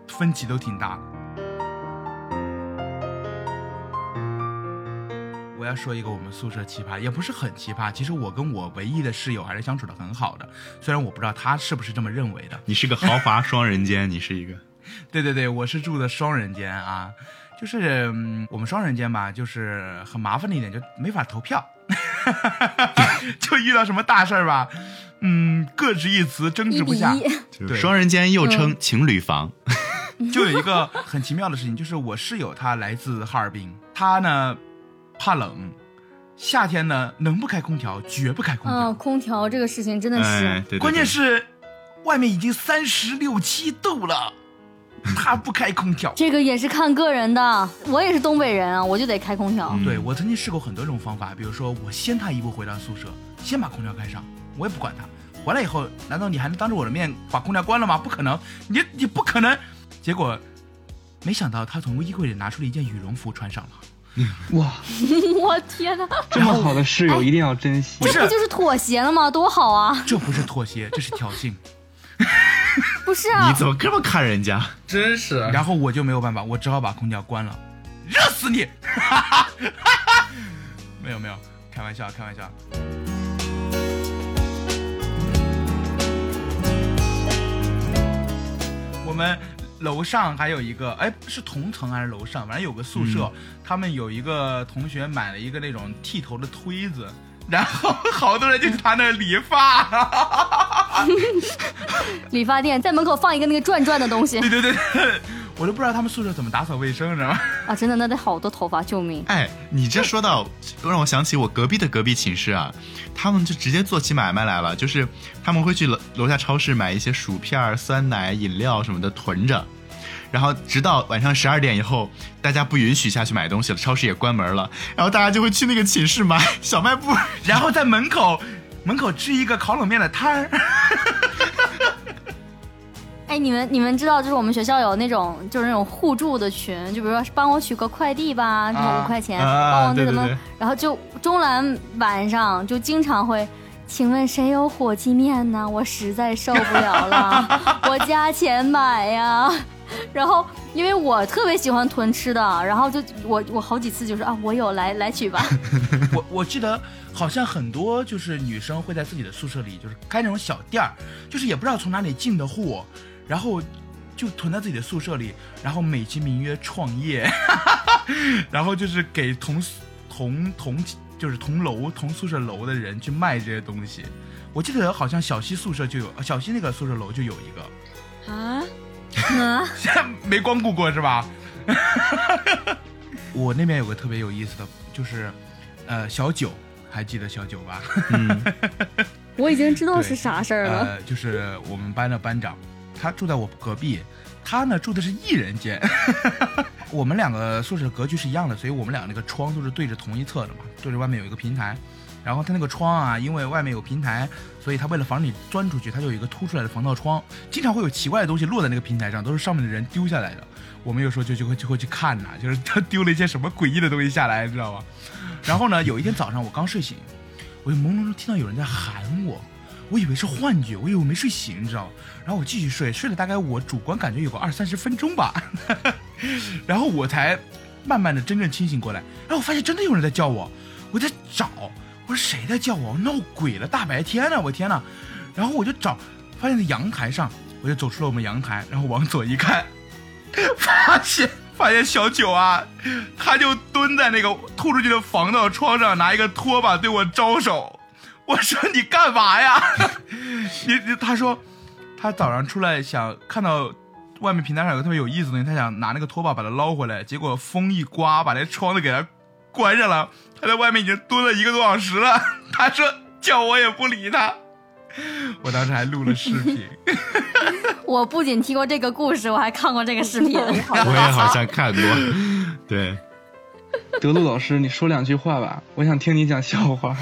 Speaker 4: 分歧都挺大的。要说一个我们宿舍奇葩，也不是很奇葩。其实我跟我唯一的室友还是相处的很好的，虽然我不知道他是不是这么认为的。
Speaker 1: 你是个豪华双人间，你是一个
Speaker 4: 对对对，我是住的双人间啊，就是、嗯我们双人间吧，就是很麻烦的一点，就没法投票， 就遇到什么大事儿吧，嗯，各执一词，争
Speaker 5: 一
Speaker 4: 执
Speaker 5: 比
Speaker 4: 不下。
Speaker 5: 一，
Speaker 1: 就是
Speaker 4: 对
Speaker 1: 双人间，又称情侣房。
Speaker 4: 就有一个很奇妙的事情，就是我室友他来自哈尔滨，他呢怕冷，夏天呢能不开空调绝不开空调，
Speaker 5: 嗯，空调这个事情真的
Speaker 1: 哎
Speaker 5: 是，，
Speaker 1: 对对对
Speaker 4: 关键是外面已经三十六七度了，他不开空调。
Speaker 5: 这个也是看个人的。我也是东北人啊，我就得开空调。
Speaker 1: 嗯
Speaker 4: 对我曾经试过很多种方法，比如说我先他一步回到宿舍，先把空调开上，我也不管他。回来以后，难道你还能当着我的面把空调关了吗？不可能，你你不可能。结果，没想到他从衣柜里拿出了一件羽绒服穿上了。
Speaker 6: 哇，
Speaker 5: 我天哪，
Speaker 6: 这么好的室
Speaker 3: 哎
Speaker 6: 友一定要珍惜
Speaker 4: 不。是
Speaker 5: 这不就是妥协了吗？多好啊！
Speaker 4: 这不是妥协，这是挑衅。
Speaker 5: 不是啊
Speaker 1: 你，怎么这么看人家？
Speaker 3: 真是。啊
Speaker 4: 然后我就没有办法，我只好把空调关了，热死你！ 没有没有，开玩笑开玩笑。我们楼上还有一个，哎，是同层还是楼上？反正有个宿舍，他们有一个同学买了一个那种剃头的推子。然后好多人就去他那儿理发，
Speaker 5: 理发店在门口放一个那个转转的东西
Speaker 4: 对对对，对我都不知道他们宿舍怎么打扫卫生，你知道吗？
Speaker 5: 啊，真的那得好多头发，救命！
Speaker 1: 哎，你
Speaker 4: 嗯
Speaker 1: 这说到，让我想起我隔壁的隔壁寝室啊，他们就直接做起买卖来了，就是他们会去楼楼下超市买一些薯片儿、酸奶、饮料什么的囤着，然后直到晚上十二点以后，大家不允许下去买东西了，超市也关门了，然后大家就会去那个寝室买小卖部。
Speaker 4: 然后在门口门口支一个烤冷面的摊儿，
Speaker 5: 哎，你们你们知道，就是我们学校有那种就是那种互助的群，就比如说帮我取个快递吧，什么五块钱，
Speaker 1: 啊
Speaker 5: 帮我那
Speaker 1: 对
Speaker 5: 个
Speaker 1: 对
Speaker 5: 么，
Speaker 1: 对
Speaker 5: 然后就中南晚上就经常会。请问谁有火鸡面呢？我实在受不 了了，我加钱买呀。然后，因为我特别喜欢囤吃的，然后就我我好几次就是啊，我有来来取吧。
Speaker 4: 我我记得好像很多就是女生会在自己的宿舍里就是开那种小店儿，就是也不知道从哪里进的货，然后就囤在自己的宿舍里，然后美其名曰创业， 然后就是给同宿同同就是同楼同宿舍楼的人去卖这些东西。我记得好像小西宿舍就有，小西那个宿舍楼就有一个，
Speaker 5: 啊啊！
Speaker 4: 现在没光顾过是吧？ 我那边有个特别有意思的，就是，呃，小九，还记得小九吧？
Speaker 1: 嗯，
Speaker 5: 我已经知道
Speaker 4: 对
Speaker 5: 是啥事儿了。
Speaker 4: 呃，就是我们班的班长，他住在我隔壁，他呢住的是一人间。 我们两个宿舍格局是一样的，所以我们俩那个窗都是对着同一侧的嘛，对着外面有一个平台。然后他那个窗啊，因为外面有平台，所以他为了防止你钻出去，他就有一个凸出来的防盗窗，经常会有奇怪的东西落在那个平台上，都是上面的人丢下来的。我们有时候就就会就会去看呐、就是他丢了一些什么诡异的东西下来，你知道吗？然后呢，有一天早上我刚睡醒，我就朦胧中听到有人在喊我，我以为是幻觉，我以为我没睡醒，你知道吗？然后我继续睡，睡了大概我主观感觉有个二三十分钟吧， 然后我才慢慢的真正清醒过来，然后我发现真的有人在叫我，我在找，我说谁在叫我？我闹鬼了，大白天呢、我天呐！然后我就找，发现在阳台上，我就走出了我们阳台，然后往左一看， 发现发现小九啊，他就蹲在那个吐出去的防盗窗上，拿一个拖把对我招手。我说你干嘛呀？ 你你他说他早上出来想看到外面平台上有个特别有意思的东西，他想拿那个拖把把它捞回来，结果风一刮，把那窗子给他关上了。他在外面已经蹲了一个多小时了。 他说叫我也不理他。我当时还录了视 频，
Speaker 5: 我不仅听过这个故事，我还看过这个视 频。
Speaker 1: 我也好像看过， 对，
Speaker 6: 德路老师，你说两句话吧，我想听你讲笑 话，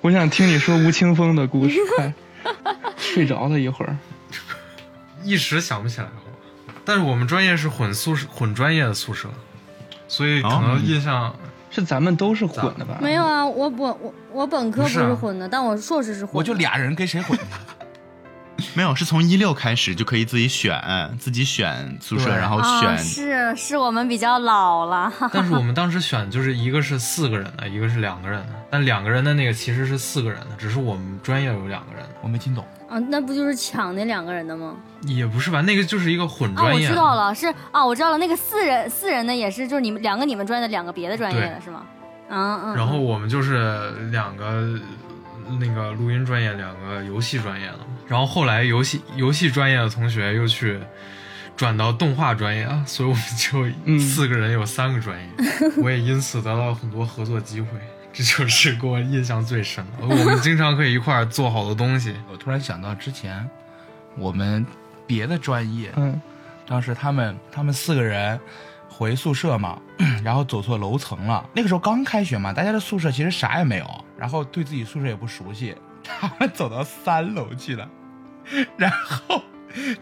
Speaker 6: 我想听你说吴青峰的故事。快，睡着了一会儿。
Speaker 3: 一时想不起来了。但是我们专业是混宿舍，混专业的宿舍，所以可能印 象
Speaker 6: 是咱们都是混的吧？
Speaker 5: 没有啊，我本我我本科不
Speaker 3: 不是啊
Speaker 4: 啊
Speaker 5: 是混的，但我硕士是混的。
Speaker 4: 我就俩人跟谁混？
Speaker 1: 没有，是从一六开始就可以自己选，自己选宿舍，
Speaker 4: 对
Speaker 1: 然后
Speaker 5: 啊，
Speaker 1: 选
Speaker 5: 是是我们比较老了，
Speaker 3: 但是我们当时选就是一个是四个人的，一个是两个人的，但两个人的那个其实是四个人的，只是我们专业有两个人的，
Speaker 4: 我没听懂。
Speaker 5: 嗯、那不就是抢那两个人的吗？
Speaker 3: 也不是吧？那个就是一个混
Speaker 5: 啊，
Speaker 3: 专
Speaker 5: 我
Speaker 3: 业。
Speaker 5: 知道了，是啊，我知道了，那个四人四人的也是，就是你们两个你们专业的，两个别的专业的
Speaker 3: 对
Speaker 5: 是吗？嗯嗯。
Speaker 3: 然后我们就是两个那个录音专业，两个游戏专业的嘛。然后后来游戏游戏专业的同学又去转到动画专业啊，所以我们就
Speaker 6: 嗯
Speaker 3: 四个人有三个专业，我也因此得到了很多合作机会。这就是给我印象最深的，我们经常可以一块儿做好多东西。
Speaker 4: 我突然想到之前我们别的专业，
Speaker 6: 嗯
Speaker 4: 当时他们他们四个人回宿舍嘛，然后走错楼层了。那个时候刚开学嘛，大家的宿舍其实啥也没有，然后对自己宿舍也不熟悉，他们走到三楼去了，然后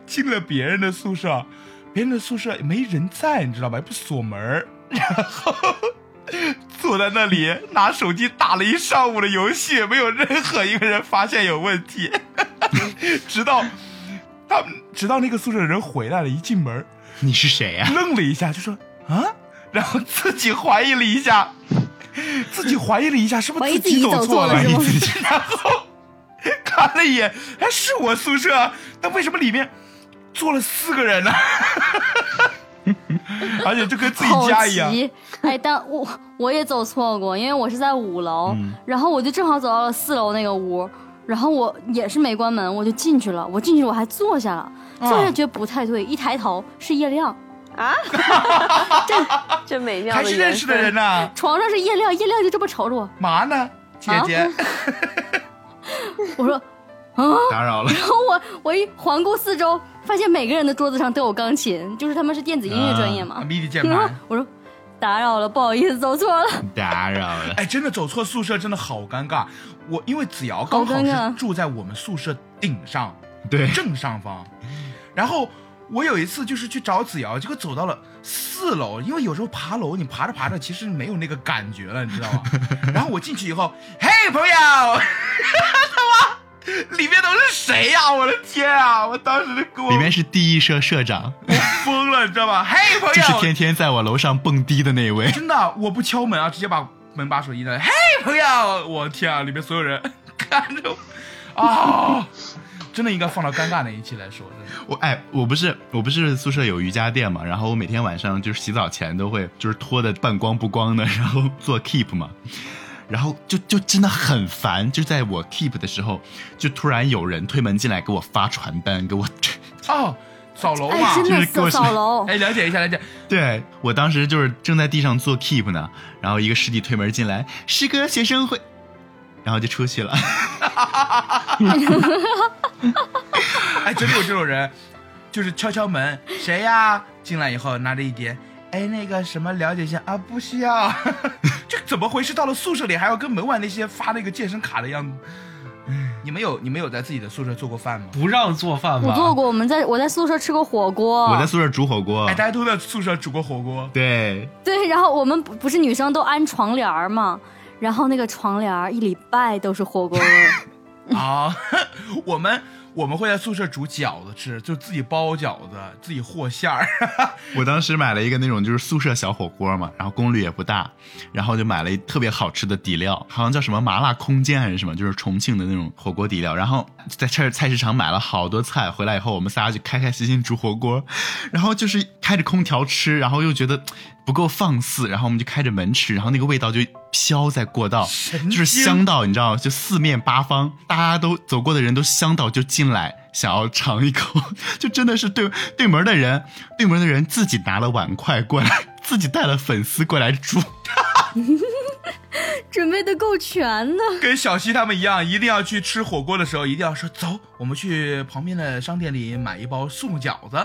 Speaker 4: 进了别人的宿舍，别人的宿舍没人在，你知道吧？也不锁门儿然后。坐在那里拿手机打了一上午的游戏，没有任何一个人发现有问题，直到他们直到那个宿舍的人回来了，一进门
Speaker 1: 你是谁呀、
Speaker 4: 愣了一下，就说啊，然后自己怀疑了一下，自己怀疑了一下，是不
Speaker 5: 怀
Speaker 4: 是
Speaker 5: 疑
Speaker 4: 己
Speaker 5: 自己
Speaker 4: 走
Speaker 5: 走
Speaker 4: 错
Speaker 5: 错
Speaker 4: 了
Speaker 5: 了是吗？
Speaker 4: 然后看了一眼，哎，是我宿舍啊，那为什么里面坐了四个人呢？ 而且就跟自己
Speaker 5: 好
Speaker 4: 家一样，
Speaker 5: 奇，哎，但我我也走错过，因为我是在五楼，
Speaker 1: 嗯
Speaker 5: 然后我就正好走到了四楼那个屋，然后我也是没关门，我就进去了。我进去我还坐下了，
Speaker 1: 嗯
Speaker 5: 坐下觉得不太对，一抬头是叶亮，
Speaker 7: 啊，这这美妙的
Speaker 4: 还是认识的人
Speaker 7: 呢、
Speaker 4: 呢、
Speaker 5: 床上是叶亮，叶亮就这么瞅着我，
Speaker 4: 嘛呢，姐姐？
Speaker 5: 啊我说， 嗯、
Speaker 4: 哦
Speaker 1: 打扰了，
Speaker 5: 然后我我一环顾四周，发现每个人的桌子上都有钢琴，就是他们是电子音乐专业
Speaker 1: 嗯
Speaker 5: 嘛。
Speaker 4: 迷你键
Speaker 5: 然后
Speaker 4: 盘。
Speaker 5: 我说打扰了，不好意思，走错了。
Speaker 1: 打扰了。
Speaker 4: 哎，真的走错宿舍真的好尴尬。我因为子瑶刚
Speaker 5: 好
Speaker 4: 好
Speaker 5: 尴
Speaker 4: 是
Speaker 5: 尬
Speaker 4: 住在我们宿舍顶上
Speaker 1: 对，
Speaker 4: 正上方，然后我有一次就是去找子瑶，结果走到了四楼，因为有时候爬楼你爬着爬着其实没有那个感觉了，你知道吗？ 然后我进去以后，嘿，朋友， 他妈里面都是谁呀、我的天啊！我当时就给我
Speaker 1: 里面是地艺社社长，
Speaker 4: 疯了，你知道吗？嘿，朋
Speaker 1: 就是
Speaker 4: 友，
Speaker 1: 天天在我楼上蹦迪的那位。
Speaker 4: 真的，我不敲门啊，直接把门把手一拿，嘿，朋友，我天啊，里面所有人看着我，啊，真的应该放到尴尬那一期来说，真的。
Speaker 1: 我哎，我不是我不是宿舍有瑜伽垫嘛，然后我每天晚上就是洗澡前都会就是脱的半光不光的，然后做 keep 嘛，然后就就真的很烦，就在我 keep 的时候，就突然有人推门进来给我发传单，给我
Speaker 4: 哦，扫楼嘛
Speaker 5: 哎，，真
Speaker 1: 就是
Speaker 5: 的
Speaker 1: 给我
Speaker 5: 扫扫楼，
Speaker 4: 哎，了解一下，了解。
Speaker 1: 对我当时就是正在地上做 keep 呢，然后一个师弟推门进来，师哥学生会，然后就出去了。
Speaker 4: 哎，真的有这种人，就是敲敲门，谁呀？进来以后拿着一叠，哎，那个什么，了解一下啊，不需要。 这怎么回事？到了宿舍里还要跟门外那些发那个健身卡的样子。 你们有你们有在自己的宿舍做过饭吗？
Speaker 3: 不让做饭吧？
Speaker 5: 我做过，我们在我在宿舍吃过火锅，
Speaker 1: 我在宿舍煮火锅
Speaker 4: 哎，，大家都在宿舍煮过火锅。
Speaker 1: 对，
Speaker 5: 对，然后我们不不是女生都安床帘儿嘛，然后那个床帘儿一礼拜都是火锅味儿。
Speaker 4: 啊，我们我们会在宿舍煮饺子吃，就自己包饺子，自己和馅儿。
Speaker 1: 我当时买了一个那种就是宿舍小火锅嘛，然后功率也不大，然后就买了一特别好吃的底料，好像叫什么麻辣空间还是什么，就是重庆的那种火锅底料。然后在菜菜市场买了好多菜，回来以后我们仨就开开心心煮火锅，然后就是开着空调吃，然后又觉得不够放肆，然后我们就开着门吃，然后那个味道就飘在过道，
Speaker 4: 神
Speaker 1: 就是
Speaker 4: 经
Speaker 1: 香到你知道，就四面八方，大家都走过的人都香到就进来想要尝一口， 就真的是对对门的人，对门的人自己拿了碗筷过来， 自己带了粉丝过来煮，
Speaker 5: 准备的够全的，
Speaker 4: 跟小西他们一样，一定要去吃火锅的时候，一定要说走，我们去旁边的商店里买一包素饺子。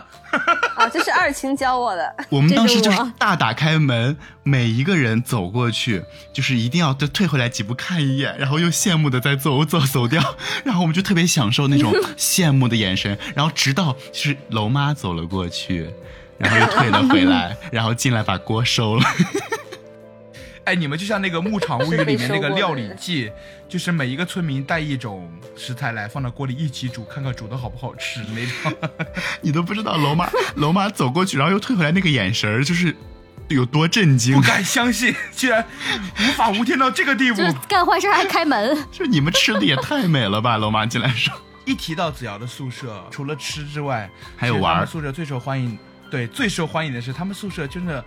Speaker 7: 啊，这是二琴教我的，
Speaker 1: 我们
Speaker 5: 这是
Speaker 1: 当时就是
Speaker 5: 我
Speaker 1: 大打开门，每一个人走过去，就是一定要就退回来几步看一眼，然后又羡慕的再走走走掉， 然后我们就特别享受那种羡慕的眼神， 然后直到就是楼妈走了 过去，然后又退了回来，然后进来把锅收了。
Speaker 4: 哎，你们就像那个《牧场物语
Speaker 7: 是》被
Speaker 4: 里面那个
Speaker 7: 收过的
Speaker 4: 料理
Speaker 7: 人
Speaker 4: 记，就是每一个村民带一种食材来，放到锅里一起煮，看看煮的好不好吃那 种。
Speaker 1: 你都不知道 龙妈龙妈走过去，然后又退回来那个眼神儿，就是有多震惊
Speaker 4: 不。敢相信，居然无法无天到这个地步
Speaker 5: 就。是干坏事还开门，
Speaker 1: 就是你们吃的也太美了吧？龙妈进来说，
Speaker 4: 一提到子瑶的宿舍，除了吃之外，
Speaker 1: 还有
Speaker 4: 其实他
Speaker 1: 玩
Speaker 4: 们
Speaker 1: 儿
Speaker 4: 宿舍最受欢迎，对，最受欢迎的是他们宿舍真的。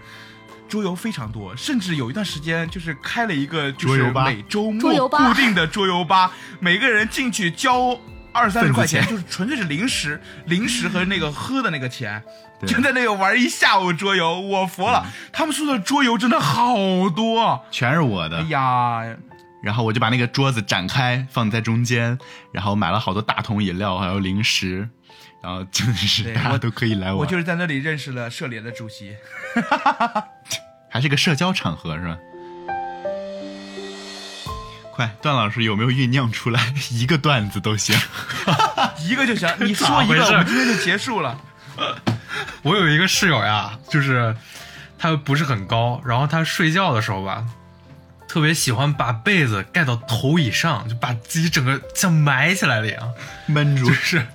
Speaker 4: 桌游非常多，甚至有一段时间就是开了一个，就
Speaker 1: 桌
Speaker 4: 是
Speaker 1: 游吧
Speaker 4: 每周
Speaker 5: 桌
Speaker 4: 末
Speaker 5: 游吧
Speaker 4: 固定的桌 游吧，每个人进去交二三十块钱，
Speaker 1: 份
Speaker 4: 就是纯粹是零食、零食和那个喝的那个钱，
Speaker 1: 对嗯
Speaker 4: 就在那个玩一下午桌游，我服了。他们宿舍桌游真的好多，
Speaker 1: 全是我的
Speaker 4: 哎。呀，
Speaker 1: 然后我就把那个桌子展开放在中间，然后买了好多大桶饮料，还有零食，然后真的是
Speaker 4: 对
Speaker 1: 大家
Speaker 4: 我
Speaker 1: 都可以来玩，
Speaker 4: 我就是在那里认识了社联的主席。
Speaker 1: 还是个社交场合是吧？快，段老师有没有酝酿出来 一个段子都行？
Speaker 4: 一个就行，你说
Speaker 3: 咋
Speaker 4: 一
Speaker 3: 回
Speaker 4: 个，
Speaker 3: 事
Speaker 4: 我们今天就结束了。
Speaker 3: 我有一个室友呀，就是他不是很高，然后他睡觉的时候吧，特别喜欢把被子盖到头以上，就把自己整个像埋起来了一样。
Speaker 1: 闷住
Speaker 3: 就，是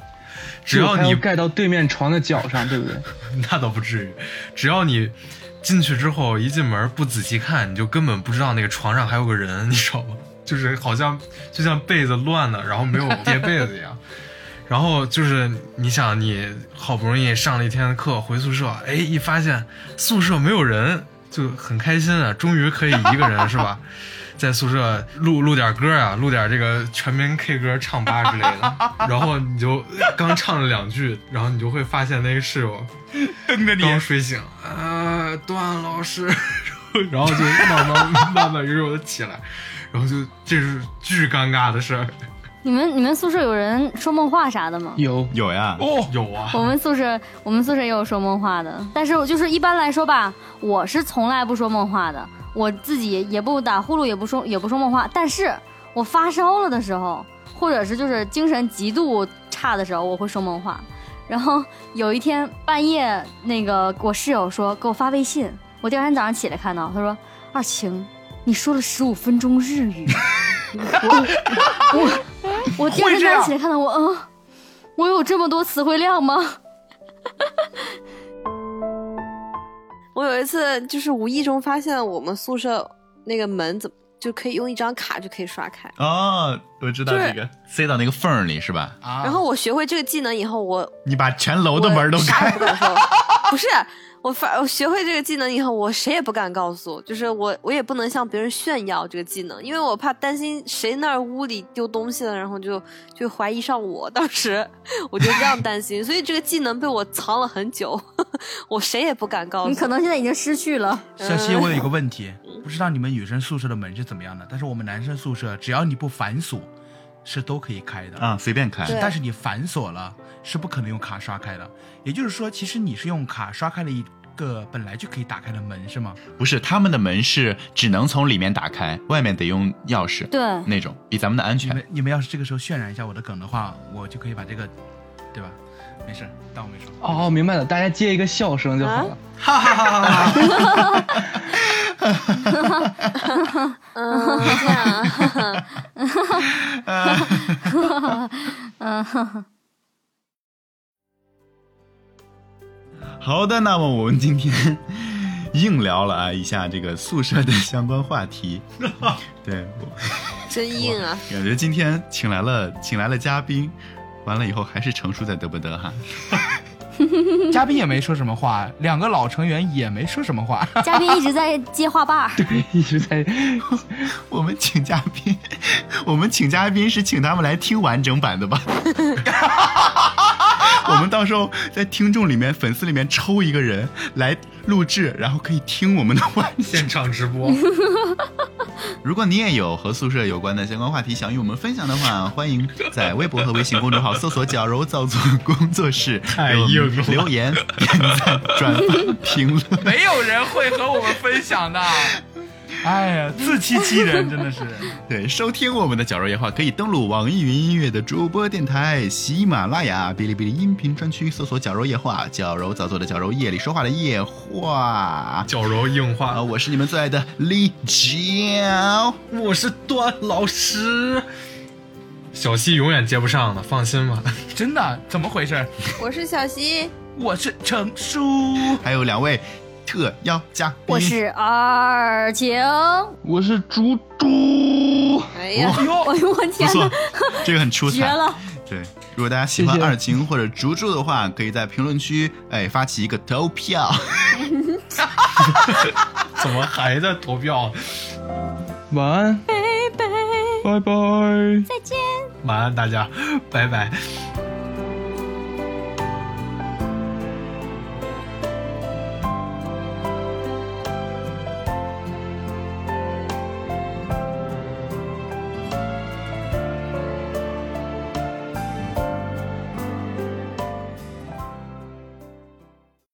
Speaker 3: 只要
Speaker 6: 他
Speaker 3: 你
Speaker 6: 盖到对面床的脚上，对不对？
Speaker 3: 那倒不至于，只要你进去之后一进门不仔细看，你就根本不知道那个床上还有个人， 你知道吗？就是好像就像被子乱了，然后没有叠被子一样。然后就是你想，你好不容易上了一天的课回宿舍，哎，一发现宿舍没有人，就很开心啊，终于可以一个人是吧？在宿舍录录点歌啊，录点这个全民 K 歌唱吧之类的。然后你就刚唱了两句，然后你就会发现那个室友
Speaker 4: 瞪着你，
Speaker 3: 刚睡醒，啊，段老师，然后就慢慢慢慢悠悠的起来，然后就这是巨尴尬的事儿。
Speaker 5: 你们你们宿舍有人说梦话啥的吗？
Speaker 6: 有
Speaker 1: 有呀，
Speaker 3: 哦，有啊，
Speaker 5: 我们宿舍我们宿舍也有说梦话的，但是我就是一般来说吧，我是从来不说梦话的，我自己也不打呼噜，也不说也不说梦话。但是我发烧了的时候，或者是就是精神极度差的时候，我会说梦话。然后有一天半夜，那个我室友说给我发微信，我第二天早上起来看到，他说二晴，你说了十五分钟日语。我我我第二天早上起来看到我，嗯，我有这么多词汇量吗？
Speaker 7: 我有一次就是无意中发现我们宿舍那个门怎么就可以用一张卡就可以刷开，
Speaker 1: 哦，我知道
Speaker 7: 就是
Speaker 1: 这个，塞到那个缝儿里是吧？
Speaker 4: 啊
Speaker 7: 然后我学会这个技能以后，我
Speaker 1: 你把全楼
Speaker 7: 我
Speaker 1: 的门儿都
Speaker 7: 啥
Speaker 1: 开
Speaker 7: 也不敢说，不是我发我学会这个技能以后，我谁也不敢告诉，就是我我也不能向别人炫耀这个技能，因为我怕担心谁那儿屋里丢东西了，然后就就怀疑上我。当时我就这样担心，所以这个技能被我藏了很久， 我谁也不敢告诉。
Speaker 5: 你可能现在已经失去了。
Speaker 4: 小西，我有一个问题，不知道你们女生宿舍的门是怎么样的，但是我们男生宿舍只要你不反锁，是都可以开的。
Speaker 1: 啊，随便开。
Speaker 7: 对
Speaker 4: 但是你反锁了是不可能用卡刷开的，也就是说，其实你是用卡刷开了一个本来就可以打开的门，是吗？
Speaker 1: 不是，他们的门是只能从里面打开，外面得用钥匙，
Speaker 5: 对，
Speaker 1: 那种比咱们的安
Speaker 4: 你
Speaker 1: 全
Speaker 4: 们。你们要是这个时候渲染一下我的梗的话，我就可以把这个，对吧？没事，当我没说。
Speaker 6: 哦，明白了，大家接一个笑声就
Speaker 3: 啊
Speaker 6: 好了。
Speaker 7: 嗯，这样啊
Speaker 1: 好的，那么我们今天硬聊了啊一下这个宿舍的相关话 题。对，我
Speaker 7: 真硬啊！
Speaker 1: 感觉今天请来了请来了嘉宾，完了以后还是成叔在得不得哈。
Speaker 4: 嘉宾也没说什么话，两个老成员也没说什么话。
Speaker 5: 嘉宾一直在接话把儿，
Speaker 6: 一直在
Speaker 1: 我们请嘉宾， 我们请嘉宾是请他们来听完整版的吧。 我们到时候在听众里面、粉丝里面抽一个人来录制，然后可以听我们的完整
Speaker 3: 现场直播，
Speaker 1: 如果你也有和宿舍有关的相关话题想与我们分享的话， 欢迎在微博和微信公众号搜索“矫揉造作工作室”，
Speaker 3: 太
Speaker 1: 给我们
Speaker 3: 硬了
Speaker 1: 留言、 点赞、转发、评论。
Speaker 4: 没有人会和我们分享的。 哎呀，自欺欺人，真的是。
Speaker 1: 对，收听我们的《绞肉夜话》可以登录网易云音乐的主播电台、喜马拉雅、哔哩哔哩音频专区，搜索“绞肉夜话”，绞肉造作的绞肉，夜里说话的夜话。
Speaker 3: 矫揉硬化。
Speaker 1: 啊，我是你们最爱的哦李角。
Speaker 3: 我是段老师。小西永远接不上的，放心吧。
Speaker 4: 真的，怎么回事？
Speaker 7: 我是小溪，
Speaker 4: 我是程叔，
Speaker 1: 还有两位特邀嘉宾，
Speaker 5: 我是二晴。
Speaker 1: 哦
Speaker 6: 我是猪猪，
Speaker 7: 哎呀，
Speaker 5: 哎呦我
Speaker 1: 不
Speaker 5: 天
Speaker 1: 错
Speaker 5: 哪，，
Speaker 1: 这个很出彩，
Speaker 5: 绝了！
Speaker 1: 对，如果大家喜欢
Speaker 6: 谢谢
Speaker 1: 二晴或者竹竹的话，可以在评论区哎发起一个投票。
Speaker 3: 怎么还在投票？
Speaker 6: 晚安，
Speaker 5: 贝贝，
Speaker 6: 拜拜。
Speaker 5: 再见。
Speaker 3: 晚安，大家，拜拜。